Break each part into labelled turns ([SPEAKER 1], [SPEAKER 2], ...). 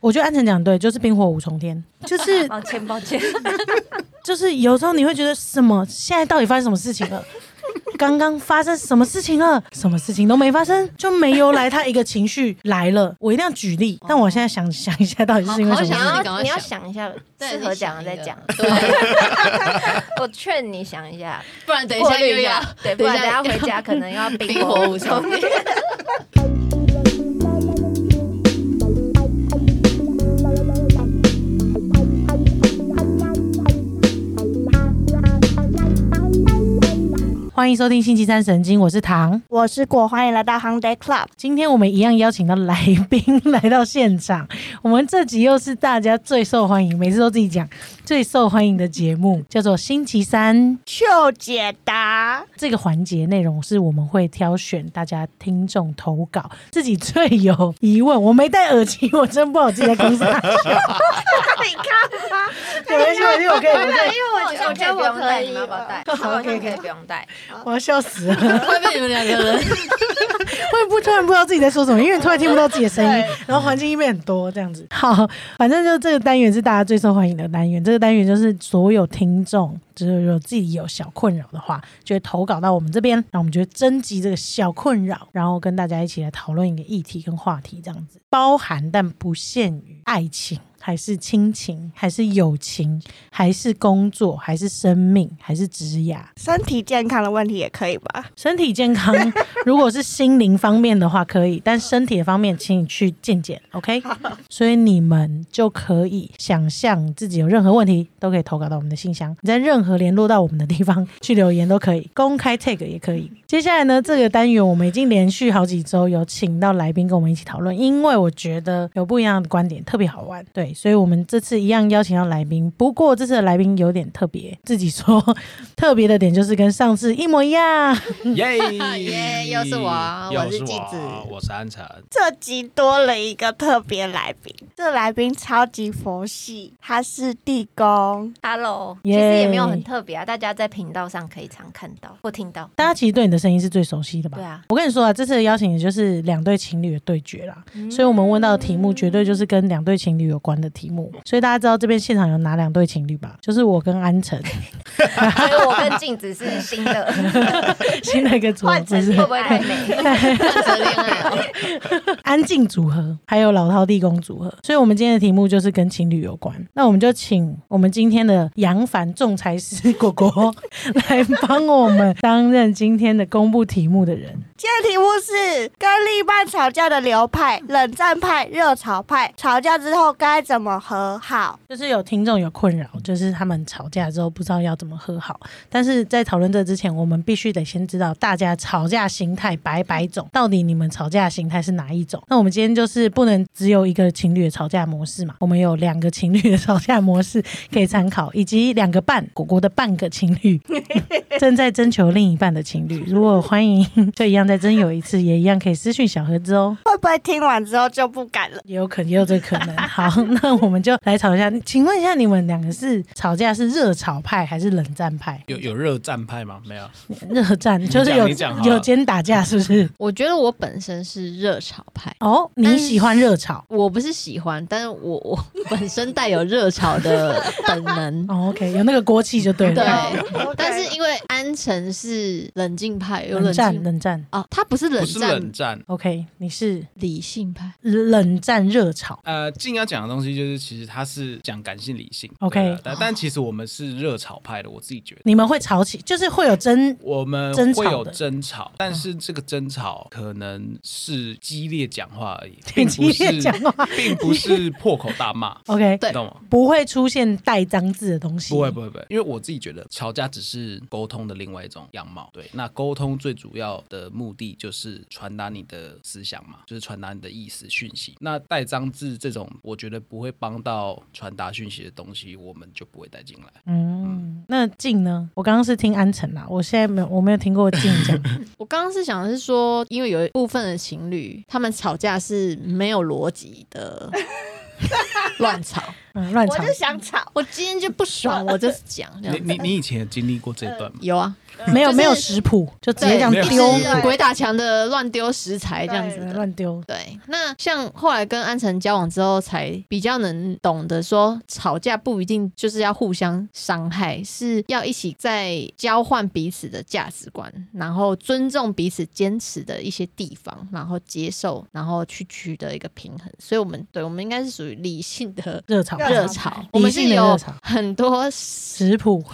[SPEAKER 1] 我觉得安晨讲得对，就是冰火五重天，就是
[SPEAKER 2] 抱歉，抱歉，
[SPEAKER 1] 就是有时候你会觉得什么，现在到底发生什么事情了？刚刚发生什么事情了？什么事情都没发生，就没由来他一个情绪来了。我一定要举例，但我现在想想一下，到底是因为什
[SPEAKER 3] 好
[SPEAKER 1] 么
[SPEAKER 3] 想
[SPEAKER 1] 事
[SPEAKER 3] 要
[SPEAKER 1] 情？
[SPEAKER 3] 赶
[SPEAKER 2] 要
[SPEAKER 3] 快
[SPEAKER 2] 你要
[SPEAKER 3] 想
[SPEAKER 2] 想一下
[SPEAKER 3] 对
[SPEAKER 2] 适合讲的再讲。
[SPEAKER 3] 你想一个对，
[SPEAKER 2] 我劝你想一下，
[SPEAKER 3] 不然等一
[SPEAKER 2] 过
[SPEAKER 3] 下
[SPEAKER 2] 滤
[SPEAKER 3] 又要
[SPEAKER 2] 对，不然等一下
[SPEAKER 3] 又
[SPEAKER 2] 回家可能要
[SPEAKER 3] 冰
[SPEAKER 2] 冰
[SPEAKER 3] 火
[SPEAKER 2] 火
[SPEAKER 3] 五重天。
[SPEAKER 1] 欢迎收听星期三神经，我是唐。
[SPEAKER 4] 我是果，欢迎来到 h o n d a y Club。
[SPEAKER 1] 今天我们一样邀请到来宾来到现场，我们这集又是大家最受欢迎，每次都自己讲最受欢迎的节目，叫做星期三
[SPEAKER 4] 秀解答，
[SPEAKER 1] 这个环节内容是我们会挑选大家听众投稿，自己最有疑问。我没戴耳机，我真不知道我自己在公司大笑。
[SPEAKER 4] 你看吧，
[SPEAKER 1] 有人说耳机我可以不戴，
[SPEAKER 4] 因为我觉得我觉得
[SPEAKER 2] 不
[SPEAKER 4] 我
[SPEAKER 2] 用
[SPEAKER 4] 可
[SPEAKER 2] 带，你
[SPEAKER 4] 以
[SPEAKER 2] 们要不要 带？
[SPEAKER 1] 我
[SPEAKER 2] 好像可以
[SPEAKER 1] 可以
[SPEAKER 2] 不用带。
[SPEAKER 1] 我要笑死了。
[SPEAKER 3] 会被你们两个 人
[SPEAKER 1] 会不突然不知道自己在说什么，因为你突然听不到自己的声音，然后环境音变很多这样子。好，反正就这个单元是大家最受欢迎的单元。这个单元就是所有听众，就是有自己有小困扰的话，就会投稿到我们这边，然后我们就会征集这个小困扰，然后跟大家一起来讨论一个议题跟话题，这样子包含但不限于爱情。还是亲情，还是友情，还是工作，还是生命，还是职涯，
[SPEAKER 4] 身体健康的问题也可以吧？
[SPEAKER 1] 身体健康，如果是心灵方面的话可以，但身体方面，请你去健检，OK？所以你们就可以想象自己有任何问题，都可以投稿到我们的信箱。你在任何联络到我们的地方去留言都可以， 公开 tag 也可以。接下来呢，这个单元我们已经连续好几周有请到来宾跟我们一起讨论，因为我觉得有不一样的观点特别好玩，对，所以我们这次一样邀请到来宾，不过这次的来宾有点特别，自己说 特别的点就是跟上次一模一样。
[SPEAKER 5] 耶
[SPEAKER 3] 嗯 耶又是我
[SPEAKER 5] 又
[SPEAKER 3] 我是
[SPEAKER 5] 是
[SPEAKER 3] 镜子
[SPEAKER 5] 我，我是安晨。
[SPEAKER 4] 这集多了一个特别来宾，这来宾超级佛系，他是地公，
[SPEAKER 2] Hello，其
[SPEAKER 1] 耶
[SPEAKER 2] 实也没有很特别啊，大家在频道上可以常看到或听到。
[SPEAKER 1] 大家其实对你的声音是最熟悉的吧？
[SPEAKER 2] 对啊，
[SPEAKER 1] 我跟你说啊，这次的邀请也就是两对情侣的对决啦，
[SPEAKER 2] 嗯
[SPEAKER 1] 所以我们问到的题目绝对就是跟两对情侣有关的题目，所以大家知道这边现场有哪两对情侣吧？就是我跟安 晨，
[SPEAKER 2] 所以我跟镜子是新 的，
[SPEAKER 1] 新的一个组合，
[SPEAKER 4] 换成
[SPEAKER 1] 就是
[SPEAKER 2] 会不会 太美？
[SPEAKER 3] 谈着恋 爱，
[SPEAKER 1] 安静组合，还有老饕地公组合。所以我们今天的题目就是跟情侣有关，那我们就请我们今天的杨凡仲裁师 果果来帮我们担任今天的公布题目的人。
[SPEAKER 4] 今天的题目是跟另一半吵架的流派，冷战派、热吵派，吵架之后该怎么和好？
[SPEAKER 1] 就是有听众有困扰，就是他们吵架之后不知道要怎么和好。但是在讨论这之前，我们必须得先知道大家吵架形态百百种，到底你们吵架形态是哪一种？那我们今天就是不能只有一个情侣的吵架模式嘛，我们有两个情侣的吵架模式可以参考，以及两个半果果的半个情侣正在征求另一半的情侣，如果欢迎就一样再征友一次，也一样可以私讯小盒子哦。
[SPEAKER 4] 会不会听完之后就不敢了？
[SPEAKER 1] 也有可能，也有这个可能。 好，那我们就来吵一下。请问一下，你们两个是吵架是热吵派还是冷战派？
[SPEAKER 5] 有有热战派吗？没有，
[SPEAKER 1] 热战就是有
[SPEAKER 5] 你讲好了
[SPEAKER 1] 有间打架，是不是？
[SPEAKER 3] 我觉得我本身是热炒派。
[SPEAKER 1] 哦，你喜欢热吵。
[SPEAKER 3] 我不是喜欢，但是我我 本身带有热炒的本 能，
[SPEAKER 1] 哦，OK，有那个锅气就对
[SPEAKER 3] 对
[SPEAKER 1] 了。。
[SPEAKER 3] 但是因为安城是冷静派，有
[SPEAKER 1] 冷战，
[SPEAKER 3] 静
[SPEAKER 1] 冷战。
[SPEAKER 3] 哦，他不是冷
[SPEAKER 5] 不是冷
[SPEAKER 3] 战，
[SPEAKER 5] 战。
[SPEAKER 1] OK，你是
[SPEAKER 3] 理性派。
[SPEAKER 1] 冷战热吵。
[SPEAKER 5] 呃，静要讲的东西就是，其实他是讲感性理性。
[SPEAKER 1] OK
[SPEAKER 5] 对啊但但其实我们是热炒派的，我自己觉得。
[SPEAKER 1] 你们会吵起，就是会有争。
[SPEAKER 5] 我们
[SPEAKER 1] 争吵
[SPEAKER 5] 会
[SPEAKER 1] 的
[SPEAKER 5] 有争
[SPEAKER 3] 嗯
[SPEAKER 5] 吵，但是这个争吵可能是激烈讲话而已，并 不
[SPEAKER 1] 激烈
[SPEAKER 5] 是
[SPEAKER 1] 讲话
[SPEAKER 5] 并不是破口大骂，
[SPEAKER 1] OK，
[SPEAKER 3] 对
[SPEAKER 5] 你懂吗？
[SPEAKER 1] 不会出现带脏字的东西。
[SPEAKER 5] 不会不会不会，因为我自己觉得吵架只是沟通的另外一种样貌。对，那沟通最主要的目的就是传达你的思想嘛，就是传达你的意思讯息。那带脏字这种，我觉得不会帮到传达讯息的东西，我们就不会带进来。
[SPEAKER 1] 嗯，那静呢？我刚刚是听安晨啦，我现在没有，我没有听过静 讲。
[SPEAKER 3] 我刚刚是想的是说，因为有一部分的 情侣，他们吵架是没有逻辑的乱吵，
[SPEAKER 1] 嗯，乱
[SPEAKER 4] 我
[SPEAKER 1] 吵
[SPEAKER 4] 就。想吵，
[SPEAKER 3] 我今天就不爽，我就是讲这
[SPEAKER 5] 你
[SPEAKER 3] 样。
[SPEAKER 5] 你你以前有经历过这一段吗？
[SPEAKER 3] 有啊，
[SPEAKER 1] 没有
[SPEAKER 3] 就是
[SPEAKER 1] 没有食谱，就直接这样
[SPEAKER 5] 对
[SPEAKER 1] 丢，
[SPEAKER 3] 一直鬼打墙的乱丢食材这样子
[SPEAKER 1] 嗯
[SPEAKER 3] 的。
[SPEAKER 1] 乱丢。
[SPEAKER 3] 对，那像后来跟安城交往之后，才比较能懂得说，吵架不一定就是要互相伤害，是要一起在交换彼此的价值观，然后尊重彼此坚持的一些地方，然后接受，然后去取得一个平衡。所以，我们对我们应该是属于理性的
[SPEAKER 1] 热炒
[SPEAKER 4] 热
[SPEAKER 3] 热
[SPEAKER 4] 炒
[SPEAKER 3] 潮，我
[SPEAKER 1] 理
[SPEAKER 3] 们是
[SPEAKER 1] 性的热
[SPEAKER 3] 有
[SPEAKER 1] 炒，
[SPEAKER 3] 很多
[SPEAKER 1] 食谱。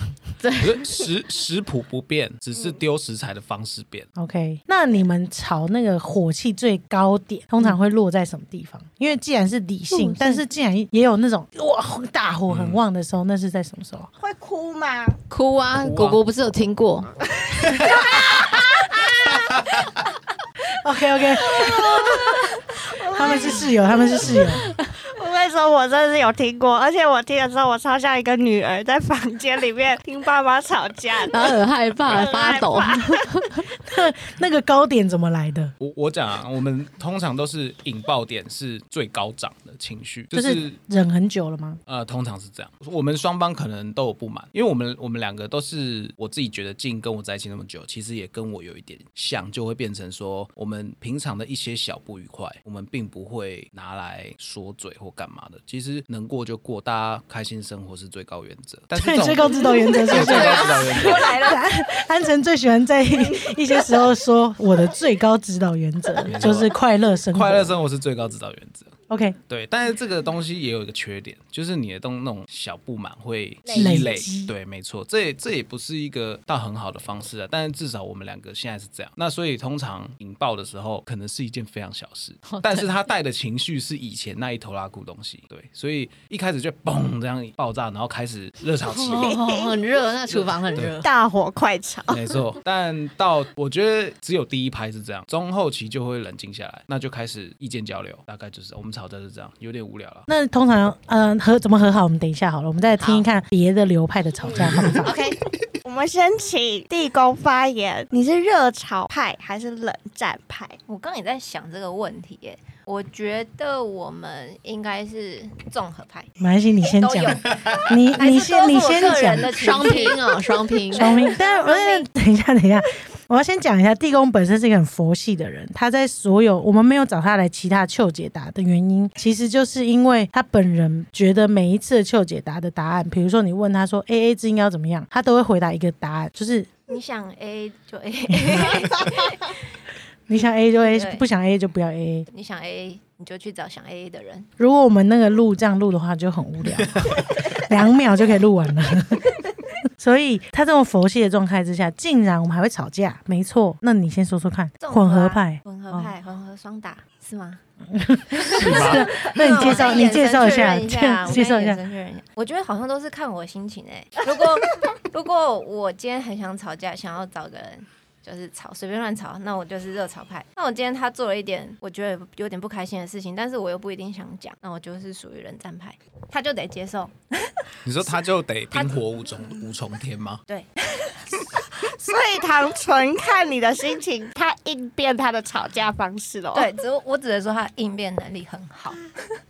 [SPEAKER 5] 可是食食谱不变，只是丢食材的方式变。
[SPEAKER 1] OK，那你们炒那个火气最高点，通
[SPEAKER 3] 嗯
[SPEAKER 1] 常会落在什么地方？因为既然是理性，但是既然也有那种哇大火很
[SPEAKER 5] 嗯
[SPEAKER 1] 旺的时候，那是在什么时候？
[SPEAKER 4] 会哭吗？
[SPEAKER 3] 哭啊，
[SPEAKER 5] 哭啊
[SPEAKER 3] 果果不是有听过？
[SPEAKER 1] OK OK，他们是室友，他们是室友。
[SPEAKER 4] 我跟你说，我真的是有听过，而且我听的时候，我超像一个女儿在房间里面听爸妈吵架 的。
[SPEAKER 3] 然后很害怕， 发 抖。
[SPEAKER 1] 那个高点怎么来的？
[SPEAKER 5] 我我讲、啊，我们通常都是引爆点是最高涨的情绪，就、
[SPEAKER 1] 就是是忍很久了吗？
[SPEAKER 5] 呃，通常是这样。我们双方可能都有不满，因为我们我们两个都是我自己觉得静跟我在一起那么久，其实也跟我有一点像，就会变成说我们平常的一些小不愉快，我们并不会拿来说嘴或干嘛的。其实能过就过，大家开心生活是最高原则。但是这
[SPEAKER 1] 对，
[SPEAKER 5] 种
[SPEAKER 1] 最高指导原则
[SPEAKER 5] 对
[SPEAKER 1] 是
[SPEAKER 5] 最
[SPEAKER 1] 最
[SPEAKER 5] 高
[SPEAKER 1] 高。
[SPEAKER 5] 指导原则。
[SPEAKER 1] 来了，安晨最喜欢在一些时候说我的最高指导原则
[SPEAKER 5] 没错
[SPEAKER 1] 就是快乐生活。
[SPEAKER 5] 快乐生活是最高指导原则，
[SPEAKER 1] OK，
[SPEAKER 5] 对，但是这个东西也有一个缺点，就是你的东那种小不满会积
[SPEAKER 1] 累
[SPEAKER 5] 累
[SPEAKER 1] 积，
[SPEAKER 5] 对，没错，这也这也不是一个到很好的方式啊。但是至少我们两个现在是这样，那所以通常引爆的时候，可能是一件非常小事，但是他带的情绪是以前那一头拉骨东西，对，所以一开始就嘣这样爆炸，然后开始热潮起来。
[SPEAKER 3] 哦，很热，那厨房很热。
[SPEAKER 4] 大火快炒，
[SPEAKER 5] 没错，但到我觉得只有第一拍是这样，中后期就会冷静下来，那就开始意见交流，大概就是我们吵架是这样，有点无聊了。
[SPEAKER 1] 那通常嗯、和怎么和好？我们等一下好了，我们再听一看别的流派的吵 架方法。
[SPEAKER 2] OK，
[SPEAKER 4] 我们先请地公发言。你是热炒派还是冷战派？
[SPEAKER 2] 我刚刚也在想这个问题耶。我觉得我们应该是综合派，
[SPEAKER 1] 马来西亚你先
[SPEAKER 2] 都有
[SPEAKER 1] 讲，你
[SPEAKER 2] 还
[SPEAKER 1] 你
[SPEAKER 2] 是
[SPEAKER 1] 先
[SPEAKER 2] 都是
[SPEAKER 1] 你
[SPEAKER 2] 我
[SPEAKER 1] 先
[SPEAKER 2] 个
[SPEAKER 1] 讲
[SPEAKER 2] 人。的
[SPEAKER 3] 双
[SPEAKER 2] 情绪
[SPEAKER 3] 拼哦，双拼，
[SPEAKER 1] 聪明，但我 等一下，等一下，我要先讲一下，地公本身是一个很佛系的人，他在所有我们没有找他来其他求解答的原因，其实就是因为他本人觉得每一次的求解答的答案，比如说你问他说 A A 制应该要怎么样，他都会回答一个答案，就是
[SPEAKER 2] 你想 A 就 A，
[SPEAKER 1] 你想 A 就 A，
[SPEAKER 2] 对
[SPEAKER 1] 不想 A 就不要 A A。
[SPEAKER 2] 你想 A 你就去找想 A 的人。
[SPEAKER 1] 如果我们那个录这样录的话，就很无聊， 两秒就可以录完了。 所以他这种佛系的状态之下，竟然我们还会吵架，没错。那你先说说看，
[SPEAKER 2] 综
[SPEAKER 1] 混
[SPEAKER 2] 啊
[SPEAKER 1] 合派，
[SPEAKER 2] 混合
[SPEAKER 1] 哦
[SPEAKER 2] 派，混合双打是吗？
[SPEAKER 1] 那你介
[SPEAKER 2] 啊我
[SPEAKER 1] 绍，
[SPEAKER 2] 跟
[SPEAKER 1] 你介绍一下，
[SPEAKER 2] 眼神确 认
[SPEAKER 1] 介绍一
[SPEAKER 2] 一下我
[SPEAKER 1] 下。
[SPEAKER 2] 跟眼神确认一下。我觉得好像都是看我心情哎、如果如果我今天很想吵架，想要找个人。就是吵，随便乱吵，那我就是热吵派。那我今天他做了一点我觉得有点不开心的事情，但是我又不一定想讲，那我就是属于冷战派，他就得接受。
[SPEAKER 5] 你说他就得冰火五重五重天吗？
[SPEAKER 2] 对，
[SPEAKER 4] 所以唐纯看你的心情，他应变他的吵架方式了。
[SPEAKER 2] 对，只我只能说他应变能力很好。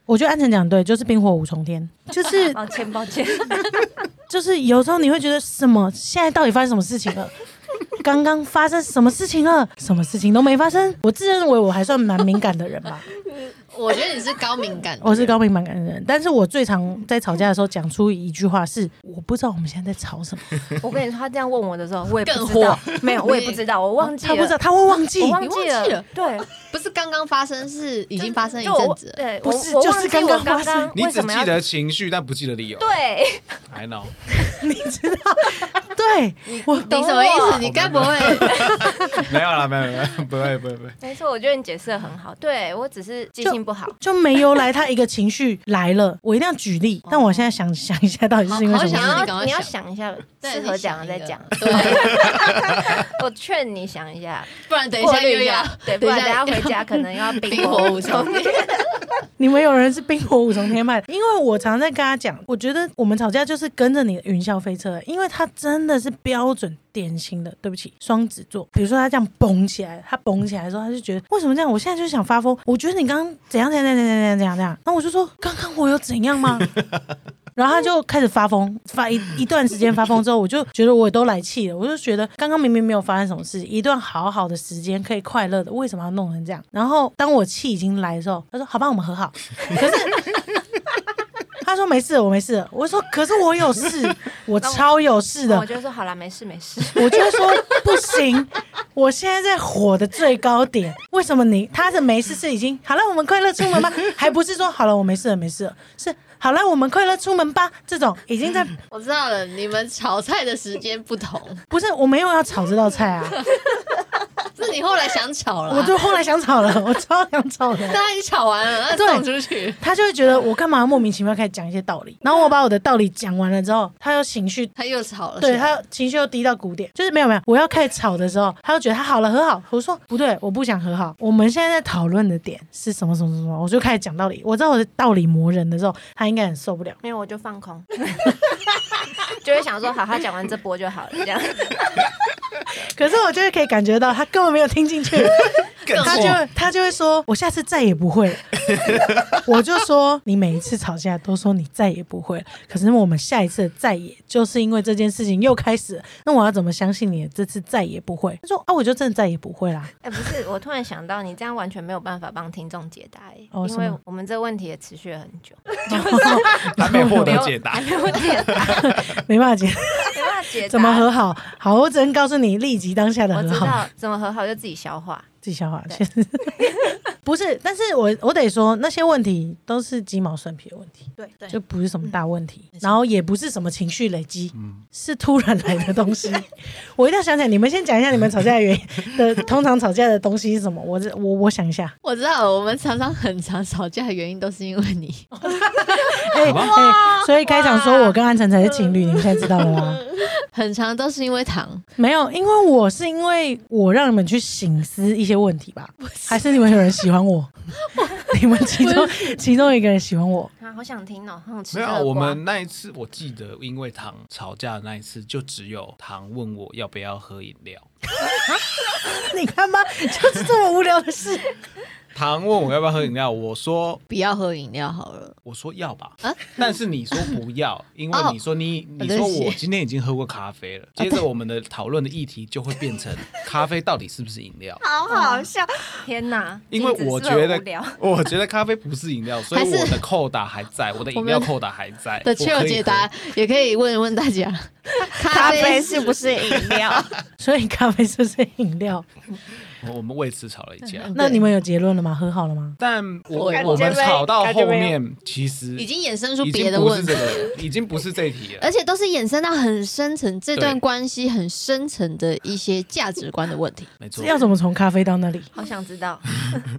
[SPEAKER 1] 我觉得安晨讲得对，就是冰火五重 天，就是
[SPEAKER 2] 抱歉，抱歉，
[SPEAKER 1] 就是有时候你会觉得什么，现在到底发生什么事情 了？刚刚发生什么事情了？什么事情都没发生。我自认为我还算蛮敏感的人 吧，
[SPEAKER 3] 我觉得你是高敏感，
[SPEAKER 1] 我是。高敏感的人，但是我最常在吵架的时候讲出一句话是：我不知道我们现在在吵什么。
[SPEAKER 2] 我跟你说，他这样问我的时候，我也不
[SPEAKER 3] 更
[SPEAKER 2] 知道
[SPEAKER 3] 火，
[SPEAKER 2] 没有，我也不知道，我忘记
[SPEAKER 1] 哦他
[SPEAKER 2] 了，
[SPEAKER 1] 不知道，他会忘记
[SPEAKER 2] 我。忘
[SPEAKER 3] 你
[SPEAKER 2] 记
[SPEAKER 3] 忘记
[SPEAKER 2] 了
[SPEAKER 3] 了，
[SPEAKER 2] 对，
[SPEAKER 3] 不是刚刚发生，是已
[SPEAKER 2] 已
[SPEAKER 3] 经发生一阵子了。
[SPEAKER 2] 对，
[SPEAKER 1] 不是
[SPEAKER 2] 我
[SPEAKER 1] 就
[SPEAKER 2] 我
[SPEAKER 1] 是
[SPEAKER 2] 忘记
[SPEAKER 1] 刚刚
[SPEAKER 2] 我刚
[SPEAKER 1] 发生
[SPEAKER 2] 刚
[SPEAKER 5] 你
[SPEAKER 2] 为
[SPEAKER 5] 只
[SPEAKER 2] 什么
[SPEAKER 5] 记
[SPEAKER 2] 要
[SPEAKER 5] 得情绪，但不记得理由。
[SPEAKER 2] 对，
[SPEAKER 5] ，I know。
[SPEAKER 1] 对，我
[SPEAKER 3] 你什么意思？你该不会
[SPEAKER 5] 没有啦，没有没有，不会不会不会。
[SPEAKER 2] 没错，我觉得你解释的很好。对我只是记性不好，
[SPEAKER 1] 就没由来他一个情绪来了，我一定要举例。但我现在想想一下，到底是因为什么
[SPEAKER 3] 好好
[SPEAKER 1] 事
[SPEAKER 3] 想
[SPEAKER 1] 情？
[SPEAKER 3] 你赶快
[SPEAKER 2] 你要
[SPEAKER 3] 想
[SPEAKER 2] 想一下适合讲的再讲。
[SPEAKER 3] 对，
[SPEAKER 2] 我劝你想一下，
[SPEAKER 3] 不 然等一
[SPEAKER 2] 过
[SPEAKER 3] 下
[SPEAKER 2] 滤
[SPEAKER 3] 又
[SPEAKER 2] 一
[SPEAKER 3] 要
[SPEAKER 2] 下， 对，不然等一下
[SPEAKER 3] 又
[SPEAKER 2] 回家可能又要冰
[SPEAKER 3] 冰火五重
[SPEAKER 2] 天。
[SPEAKER 1] 你们有人是冰火五重天派的，因为我常在跟他讲，我觉得我们吵架就是跟着你的云霄飞车，因为他真的是标准典型的，对不起，双子座。比如说他这样绷起来，他绷起来的时候，他就觉得为什么这样？我现在就想发疯。我觉得你刚刚怎样怎样怎样怎样怎样怎样，然后我就说刚刚我有怎样吗？然后他就开始发疯，发一一段时间发疯之后，我就觉得我都来气了，我就觉得刚刚明明没有发生什么事，一段好好的时间可以快乐的，为什么要弄成这样？然后当我气已经来的时候，他说好吧，我们和好。可是他说没事了，我没事了。我说可是我有事，我超有事
[SPEAKER 2] 然
[SPEAKER 1] 的
[SPEAKER 2] 哦后我。就说好啦，没事没事。
[SPEAKER 1] 我就说不行，我现在在火的最高点。为什么你他的没事是已经好了，我们快乐出门吧，还不是说好了我没事了没事了，是好了我们快乐出门吧这种已经在
[SPEAKER 3] 我知道了，你们炒菜的时间不同，
[SPEAKER 1] 不是我没有要炒这道菜啊，
[SPEAKER 3] 是你后来想炒了，啊
[SPEAKER 1] 我就后来想炒了，我超想炒的。
[SPEAKER 3] 大家已经炒完了，那送出去，
[SPEAKER 1] 他就会觉得我干嘛莫名其妙开始讲一些道理，然后我把我的道理讲完了之后，他又情绪
[SPEAKER 3] 他又炒了，
[SPEAKER 1] 对他情绪又低到谷底，就是没有没有，我要开始吵的时候，他又觉得他好了和好，我说不对，我不想和好，我们现在在讨论的点是什么什么什么什么，我就开始讲道理，我知道我的道理磨人的时候，他应该很受不了。
[SPEAKER 2] 没有，我就放空，就会想说，好，他讲完这波就好了，这样。
[SPEAKER 1] 可是我就是可以感觉到他根本没有听进去， 他就会他就会说，我下次再也不会了。 我就说，你每一次吵架都说你再也不会了，可是我们下一次的再也就是因为这件事情又开始了，那我要怎么相信你这次再也不会？他说啊，我就真的再也不会啦。
[SPEAKER 2] 哎、不是，我突然想到，你这样完全没有办法帮听众解答、哎、
[SPEAKER 1] 哦
[SPEAKER 2] 因
[SPEAKER 1] 是吗
[SPEAKER 2] 为我们这问题也持续了很久，
[SPEAKER 5] 还没获得解答
[SPEAKER 2] 还。没有解答，
[SPEAKER 1] 没办法解
[SPEAKER 2] 没办法解答。
[SPEAKER 1] 怎么和？好？好，我只能告诉你，立即当下的
[SPEAKER 2] 我
[SPEAKER 1] 和
[SPEAKER 2] 知
[SPEAKER 1] 好，
[SPEAKER 2] 道怎么和好就自己消化。
[SPEAKER 1] 自己消化。
[SPEAKER 2] 对
[SPEAKER 1] 其实 不是，但是我我得说，那些问题都是鸡毛蒜皮的问题，
[SPEAKER 2] 对对嗯
[SPEAKER 1] 就不是什么大问题，然后也不是什么情绪累积，是突然来的东西。 我一定要想起来，你们先讲一下你们吵架的原因的，通常吵架的东西是什么？我这我我想一下，
[SPEAKER 3] 我知道了，我们常常很常吵架的原因都是因为你，
[SPEAKER 1] 哎、哎，所以开场说我跟安晨才是情侣，你们现在知道了吗？
[SPEAKER 3] 很常都是因为糖，
[SPEAKER 1] 没有，因为我是因为我让你们去醒思一些问题吧，还是你们有人喜欢 我？你们其中其中一个人喜欢我，
[SPEAKER 2] 啊，好想听哦、好想吃
[SPEAKER 5] 没
[SPEAKER 2] 这
[SPEAKER 5] 有
[SPEAKER 2] 个
[SPEAKER 5] 啊，
[SPEAKER 2] 瓜。
[SPEAKER 5] 我们那一次我记得，因为糖吵架的那一次，就只有糖问我要不要喝饮料，
[SPEAKER 1] 你看吧，就是这么无聊的事。
[SPEAKER 5] 糖问我要不要喝饮料，我说
[SPEAKER 3] 不要喝饮料好了。
[SPEAKER 5] 我说要吧
[SPEAKER 3] 啊，
[SPEAKER 5] 但是你说不要，因为
[SPEAKER 3] 哦
[SPEAKER 5] 你说你你
[SPEAKER 3] 对
[SPEAKER 5] 说
[SPEAKER 3] 不起
[SPEAKER 5] 我今天已经喝过咖啡了，接着我们的讨论的议题就会变成咖啡到底是不是饮料。
[SPEAKER 4] 好好笑，
[SPEAKER 2] 天哪，
[SPEAKER 5] 因为
[SPEAKER 2] 禁止
[SPEAKER 5] 我
[SPEAKER 2] 是很
[SPEAKER 5] 觉
[SPEAKER 2] 无
[SPEAKER 5] 得
[SPEAKER 2] 聊，
[SPEAKER 5] 我觉得咖啡不是饮料，所以
[SPEAKER 3] 还是
[SPEAKER 5] 我的扣打还在，我的饮料扣打还在。
[SPEAKER 3] 的
[SPEAKER 5] 我
[SPEAKER 3] 确
[SPEAKER 5] 可以
[SPEAKER 3] 有
[SPEAKER 5] 喝
[SPEAKER 3] 解答，也可以问问大 家，
[SPEAKER 4] 咖
[SPEAKER 3] 咖
[SPEAKER 4] 啡是不是饮料？
[SPEAKER 1] 所以咖啡是不是饮料？
[SPEAKER 5] 我们为此吵了一架，
[SPEAKER 3] 嗯
[SPEAKER 1] 那你们有结论了吗？喝好了吗？
[SPEAKER 5] 但我
[SPEAKER 3] 感觉
[SPEAKER 5] 我们
[SPEAKER 4] 没
[SPEAKER 5] 吵到
[SPEAKER 4] 感觉
[SPEAKER 5] 后
[SPEAKER 4] 没有
[SPEAKER 5] 面，其实
[SPEAKER 3] 已经衍生出
[SPEAKER 5] 已
[SPEAKER 3] 别
[SPEAKER 5] 经
[SPEAKER 3] 的
[SPEAKER 5] 不是
[SPEAKER 3] 问题
[SPEAKER 5] 这，个，已经不是这一题了
[SPEAKER 3] 而。且都是衍生到很深层这段
[SPEAKER 5] 对
[SPEAKER 3] 关系很深层的一些价值观的问题。
[SPEAKER 5] 没错，
[SPEAKER 1] 要怎么从咖啡到那里？
[SPEAKER 2] 好想知 道。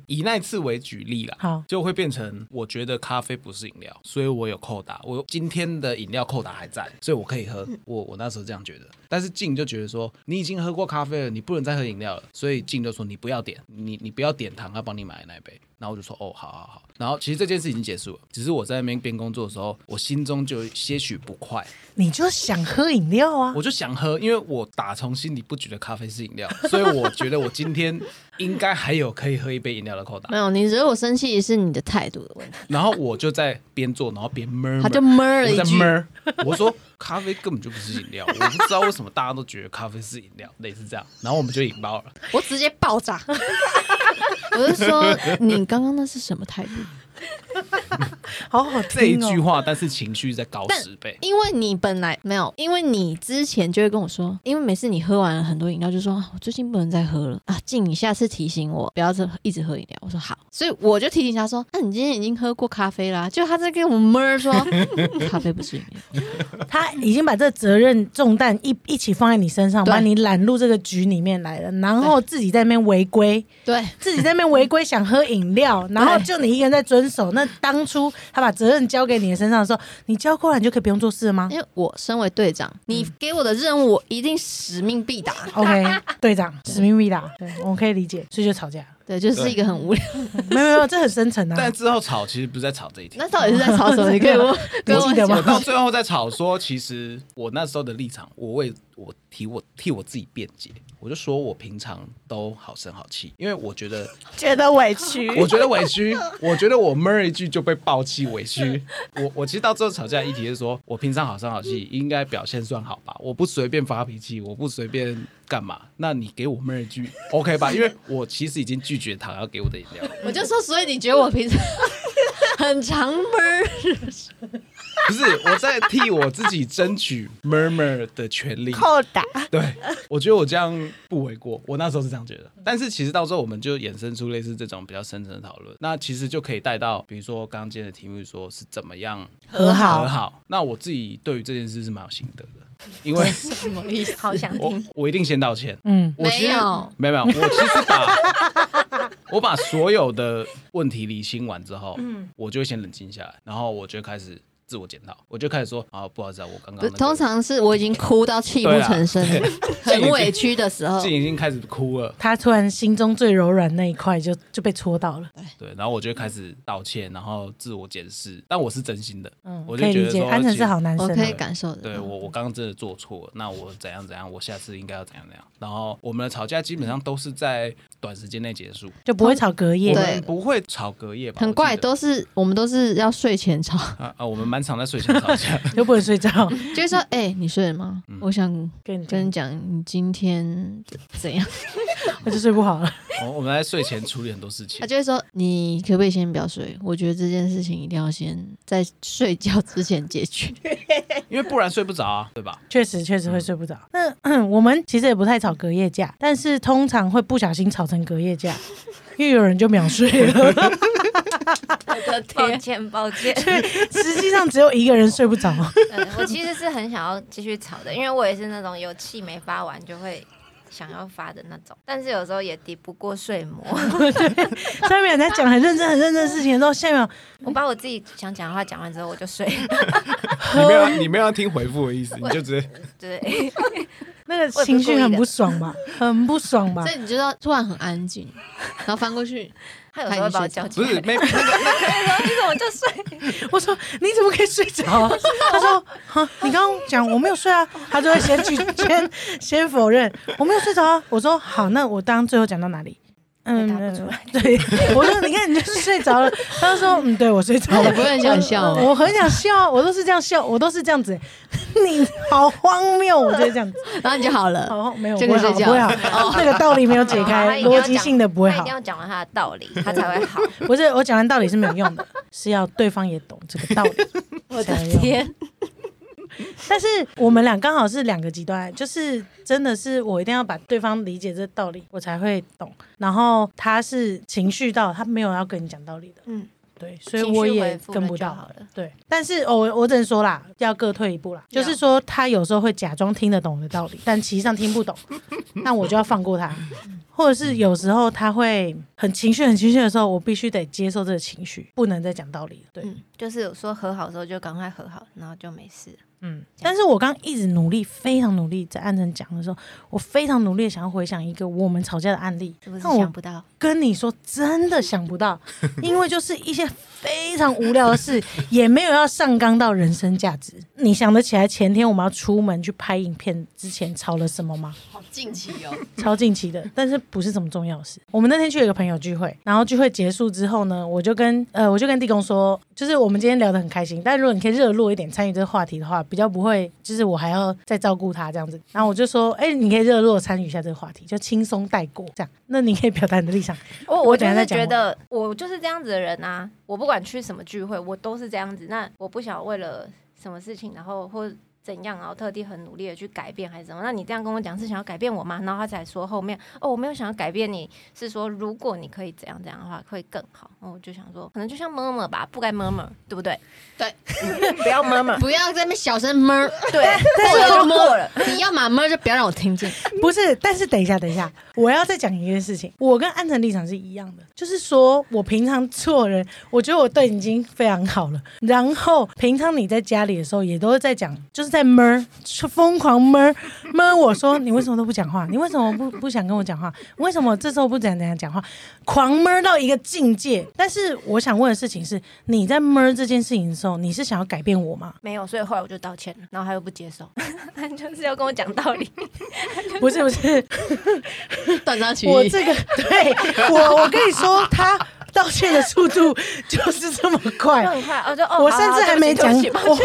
[SPEAKER 5] 以那次为举例啦，
[SPEAKER 1] 好
[SPEAKER 5] 就会变成我觉得咖啡不是饮料，所以我有扣打，我今天的饮料扣打还在，所以我可以喝。我我那时候这样觉得，但是静就觉得说你已经喝过咖啡了，你不能再喝饮料了，所以静就说你不要点，你你不要点糖，他帮你买那一杯。然后我就说哦，好好好。然后其实这件事已经结束了，只是我在那边边工作的时候，我心中就有些许不快，
[SPEAKER 1] 你就想喝饮料啊
[SPEAKER 5] 我？就想喝，因为我打从心里不觉得咖啡是饮料，所以我觉得我今天应该还有可以喝一杯饮料的扣打
[SPEAKER 3] 没。有，你惹我生气是你的态度的问题。
[SPEAKER 5] 然后我就在边做，然后边闷，
[SPEAKER 3] 他就闷了
[SPEAKER 5] 我
[SPEAKER 3] 一
[SPEAKER 5] 在
[SPEAKER 3] 句，
[SPEAKER 5] 闷，我说咖啡根本就不是饮料，我不知道为什么大家都觉得咖啡是饮料，类似这样，然后我们就引爆 了。
[SPEAKER 3] 我直接爆 炸。我就说你刚刚那是什么态度？
[SPEAKER 1] 好好
[SPEAKER 5] 这一
[SPEAKER 1] 听
[SPEAKER 5] 句
[SPEAKER 1] 哦。
[SPEAKER 5] 话，但是情绪在高十倍。
[SPEAKER 3] 因为你本来没有，因为你之前就会跟我说，因为每次你喝完了很多饮料，就说啊我最近不能再喝了啊，静，你下次提醒我不要这一直喝饮料。我说好，所以我就提醒他说，啊那、你今天已经喝过咖啡啦、就他在跟我闷儿说，啊咖啡不是饮料。
[SPEAKER 1] 他已经把这责任重担一一起放在你身上，
[SPEAKER 3] 对
[SPEAKER 1] 把你揽入这个局里面来了，然后自己在那边违规，
[SPEAKER 3] 对，
[SPEAKER 1] 自己在那边违规想喝饮料，然后就你一个人在遵守。那当初他把责任交给你的身上的时候，你交过来你就可以不用做事了 吗
[SPEAKER 3] 因为我身为队长，你给我的任务我一定使命必达。
[SPEAKER 1] ？OK，队长，使命必达，对，我可以理解，所以就吵架了。
[SPEAKER 3] 对，就是一个很无聊。
[SPEAKER 1] 没有没有，这很深层啊
[SPEAKER 5] 但。之后吵其实不是在吵这一题
[SPEAKER 3] 那，到底是在吵什么？你可 以问，跟我
[SPEAKER 1] 记得
[SPEAKER 5] 我
[SPEAKER 1] 吗
[SPEAKER 5] 到最后在吵说，其实我那时候的立场，我为我替我替我自己辩解，我就说我平常都好声好气，因为我觉得
[SPEAKER 4] 觉得委屈。
[SPEAKER 5] 我觉得委屈，我觉得我闷儿一句就被爆气委屈。我我其实到最后吵架的议题是说，我平常好声好气，应该表现算好吧？我不随便发脾气，我不随便干嘛？那你给我闷儿一句 OK 吧？因为我其实已经拒绝他要给我的饮料了，
[SPEAKER 3] 我就说，所以你觉得我平常 很常闷儿？
[SPEAKER 5] 不是我在替我自己争取 murmur 的权利。
[SPEAKER 4] 扣打，
[SPEAKER 5] 对，我觉得我这样不为过，我那时候是这样觉得。但是其实到时候我们就衍生出类似这种比较深层的讨论，那其实就可以带到，比如说刚刚今天的题目说是怎么样
[SPEAKER 1] 和好
[SPEAKER 5] 和好。那我自己对于这件事是蛮有心得的，因为
[SPEAKER 3] 什么意思？
[SPEAKER 2] 好想
[SPEAKER 5] 我
[SPEAKER 2] 听。
[SPEAKER 5] 我一定先道歉。
[SPEAKER 1] 嗯，
[SPEAKER 5] 我其实
[SPEAKER 3] 没有
[SPEAKER 5] 没有没有，我其实把我把所有的问题理清完之后，嗯，我就会先冷静下来，然后我就开始自我检讨，我就开始说啊，不好意思啊，我刚刚、那个、啊
[SPEAKER 3] 通常是我已经哭到泣不成声 了，很委屈的时候
[SPEAKER 5] 自，己已经开始哭了。
[SPEAKER 1] 他突然心中最柔软那一块就就被戳到了。
[SPEAKER 5] 对，然后我就会开始道歉，然后自我检视，但我是真心的，
[SPEAKER 1] 嗯，
[SPEAKER 5] 我
[SPEAKER 1] 可
[SPEAKER 5] 就
[SPEAKER 1] 以
[SPEAKER 5] 觉
[SPEAKER 1] 理
[SPEAKER 5] 得
[SPEAKER 1] 解，
[SPEAKER 5] 说，
[SPEAKER 1] 安晨
[SPEAKER 5] 其实
[SPEAKER 1] 是好男生
[SPEAKER 3] 我
[SPEAKER 1] 啊。
[SPEAKER 3] 可以感受得
[SPEAKER 5] 对嗯
[SPEAKER 3] 到。
[SPEAKER 5] 我，我刚刚真的做错了，那我怎样怎样，我下次应该要怎样怎样。然后我们的吵架基本上都是在短时间内结束，
[SPEAKER 1] 就不会吵隔夜
[SPEAKER 5] 我。
[SPEAKER 3] 对
[SPEAKER 5] 们不会吵隔夜吧？
[SPEAKER 3] 很
[SPEAKER 5] 我记
[SPEAKER 3] 怪，
[SPEAKER 5] 得
[SPEAKER 3] 都是我们都是要睡前吵，
[SPEAKER 5] 啊啊，我们满场在睡前吵架，
[SPEAKER 1] 又不能睡觉，
[SPEAKER 3] 就会说：“哎、你睡了吗？
[SPEAKER 5] 嗯
[SPEAKER 3] 我想
[SPEAKER 1] 跟你
[SPEAKER 3] 跟
[SPEAKER 1] 跟
[SPEAKER 3] 你讲，你今天怎样？”
[SPEAKER 1] 我就睡不好了。
[SPEAKER 5] 我我们在睡前处理很多事情
[SPEAKER 3] 他。就会说：“你可不可以先不要睡？我觉得这件事情一定要先在睡觉之前解决。
[SPEAKER 5] 因为不然睡不着啊，对吧？
[SPEAKER 1] 确实确实会睡不着。那 我们其实也不太吵隔夜架，但是通常会不小心吵成隔夜架，因为有人就秒睡了。
[SPEAKER 3] 我的
[SPEAKER 2] 抱，歉，抱歉。
[SPEAKER 1] 实际上只有一个人睡不着。
[SPEAKER 2] 嗯，我其实是很想要继续吵的，因为我也是那种有气没发完就会想要发的那种，但是有时候也抵不过睡魔。
[SPEAKER 1] 上面在讲很认真很认真的事情的时候，下一秒
[SPEAKER 2] 我把我自己想讲的话讲完之后，我就睡了。
[SPEAKER 5] 你没有你没有要听回复的意思，你就直接
[SPEAKER 2] 对，
[SPEAKER 1] 那个情绪很不爽吧，很不爽吧
[SPEAKER 3] 所。以你知道突然很安静，然后翻过去，
[SPEAKER 2] 他有时候会把我叫起
[SPEAKER 5] 不
[SPEAKER 2] 来，
[SPEAKER 5] 是没
[SPEAKER 2] 然后你怎么就睡？
[SPEAKER 1] 我说你怎么可以睡着、 他说哈，你刚刚讲我没有睡啊，他就会先去先先否认我没有睡着啊。我说好，那我刚刚最后讲到哪里？嗯
[SPEAKER 2] 回答不出来，
[SPEAKER 1] 对，我说你看你就是睡着了。他就说嗯，对我睡着
[SPEAKER 3] 你
[SPEAKER 1] 了。
[SPEAKER 3] 不会很想笑吗？
[SPEAKER 1] 我很想笑啊，我都是这样笑，我都是这样子。你好荒谬，我就是这样子。
[SPEAKER 3] 然后你就好了。
[SPEAKER 1] 好荒没有
[SPEAKER 3] 这
[SPEAKER 1] 不
[SPEAKER 3] 个
[SPEAKER 1] 会
[SPEAKER 3] 是
[SPEAKER 1] 好，
[SPEAKER 3] 这
[SPEAKER 1] 不
[SPEAKER 3] 样
[SPEAKER 1] 会好，那个道理没有解
[SPEAKER 2] 他
[SPEAKER 1] 开，
[SPEAKER 2] 一定要
[SPEAKER 1] 逻
[SPEAKER 2] 讲
[SPEAKER 1] 辑性的不会
[SPEAKER 2] 哦他一
[SPEAKER 1] 好
[SPEAKER 2] 定。要讲完他的道理，他才 会好。
[SPEAKER 1] 不是我讲完道理是没有用的，是要对方也懂这个道理。
[SPEAKER 3] 我
[SPEAKER 1] 才有
[SPEAKER 3] 的
[SPEAKER 1] 用
[SPEAKER 3] 天，
[SPEAKER 1] 但是我们俩刚好是两个极端，就是真的是我一定要把对方理解这道理，我才会懂。然后他是情绪到他没有要跟你讲道理的，
[SPEAKER 2] 嗯，
[SPEAKER 1] 对，所以我也跟不
[SPEAKER 2] 情绪回复了就好
[SPEAKER 1] 到
[SPEAKER 2] 了。
[SPEAKER 1] 对，但是哦我我只能说啦，要各退一步啦。
[SPEAKER 2] 要
[SPEAKER 1] 就是说他有时候会假装听得懂我的道理，但其实上听不 懂，那我就要放过他。或者是有时候他会很情绪、很情绪的时候，我必须得接受这个情绪，不能再讲道理了。对，
[SPEAKER 2] 嗯，就是有说和好的时候就赶快和好，然后就没事了。
[SPEAKER 1] 嗯，但是我刚一直努力，非常努力，在暗晨讲的时候，我非常努力地想要回想一个我们吵架的案例
[SPEAKER 2] 是不，是
[SPEAKER 1] 但我
[SPEAKER 2] 想不到？
[SPEAKER 1] 跟你说真的想不到，因为就是一些非常无聊的 事，也没有要上纲到人生价值。你想得起来前天我们要出门去拍影片之前吵了什么吗？
[SPEAKER 3] 好近期哦。
[SPEAKER 1] 超近期的，但是不是什么重要的事。我们那天去了一个朋友聚会，然后聚会结束之后呢，我就跟呃，我就跟地公说，就是我们今天聊得很开心，但如果你可以热络一点参与这个话题的话，比较不会就是我还要再照顾他这样子。然后我就说，哎、你可以热络地参与一下这个话题，就轻松带过这样。那你可以表达你的立场，
[SPEAKER 2] 我
[SPEAKER 1] 我
[SPEAKER 2] 我
[SPEAKER 1] 等
[SPEAKER 2] 就
[SPEAKER 1] 一下再
[SPEAKER 2] 是
[SPEAKER 1] 讲
[SPEAKER 2] 觉得我就是这样子的人啊，我不管去什么聚会，我都是这样子。那我不想为了什么事情，然后或怎样，然后特地很努力的去改变还是什么？那你这样跟我讲是想要改变我吗？然后他才说后面哦，我没有想要改变你，是说如果你可以怎样怎样的话会更好。哦，我就想说，可能就像 murmur 吧，不该 murmur，对不对？
[SPEAKER 3] 对，
[SPEAKER 2] 不要 murmur，
[SPEAKER 3] 不要在那边小声闷，
[SPEAKER 2] 对，过了就过了。
[SPEAKER 3] 你要嘛闷就不要让我听见。
[SPEAKER 1] 不是？但是等一下，等一下，我要再讲一件事情，我跟安晨立场是一样的，就是说我平常做人，我觉得我对你已经非常好了。然后平常你在家里的时候，也都是在讲，就是在闷，疯狂闷闷。我说你为什么都不讲话？你为什么不不想跟我讲话？为什么这时候不讲怎样讲话？狂闷到一个境界。但是我想问的事情是，你在闷这件事情的时候，你是想要改变我吗？
[SPEAKER 2] 没有，所以后来我就道歉了，然后他又不接受， 他就是要跟我讲道理。
[SPEAKER 1] 不是不是，
[SPEAKER 3] 断章取
[SPEAKER 1] 我
[SPEAKER 3] 义。
[SPEAKER 1] 这个对我我跟你说，他道歉的速度就是这么快
[SPEAKER 2] 就。很快，我就哦，
[SPEAKER 1] 我
[SPEAKER 2] 好
[SPEAKER 1] 甚
[SPEAKER 2] 好
[SPEAKER 1] 至还没讲，
[SPEAKER 2] 对不起对不起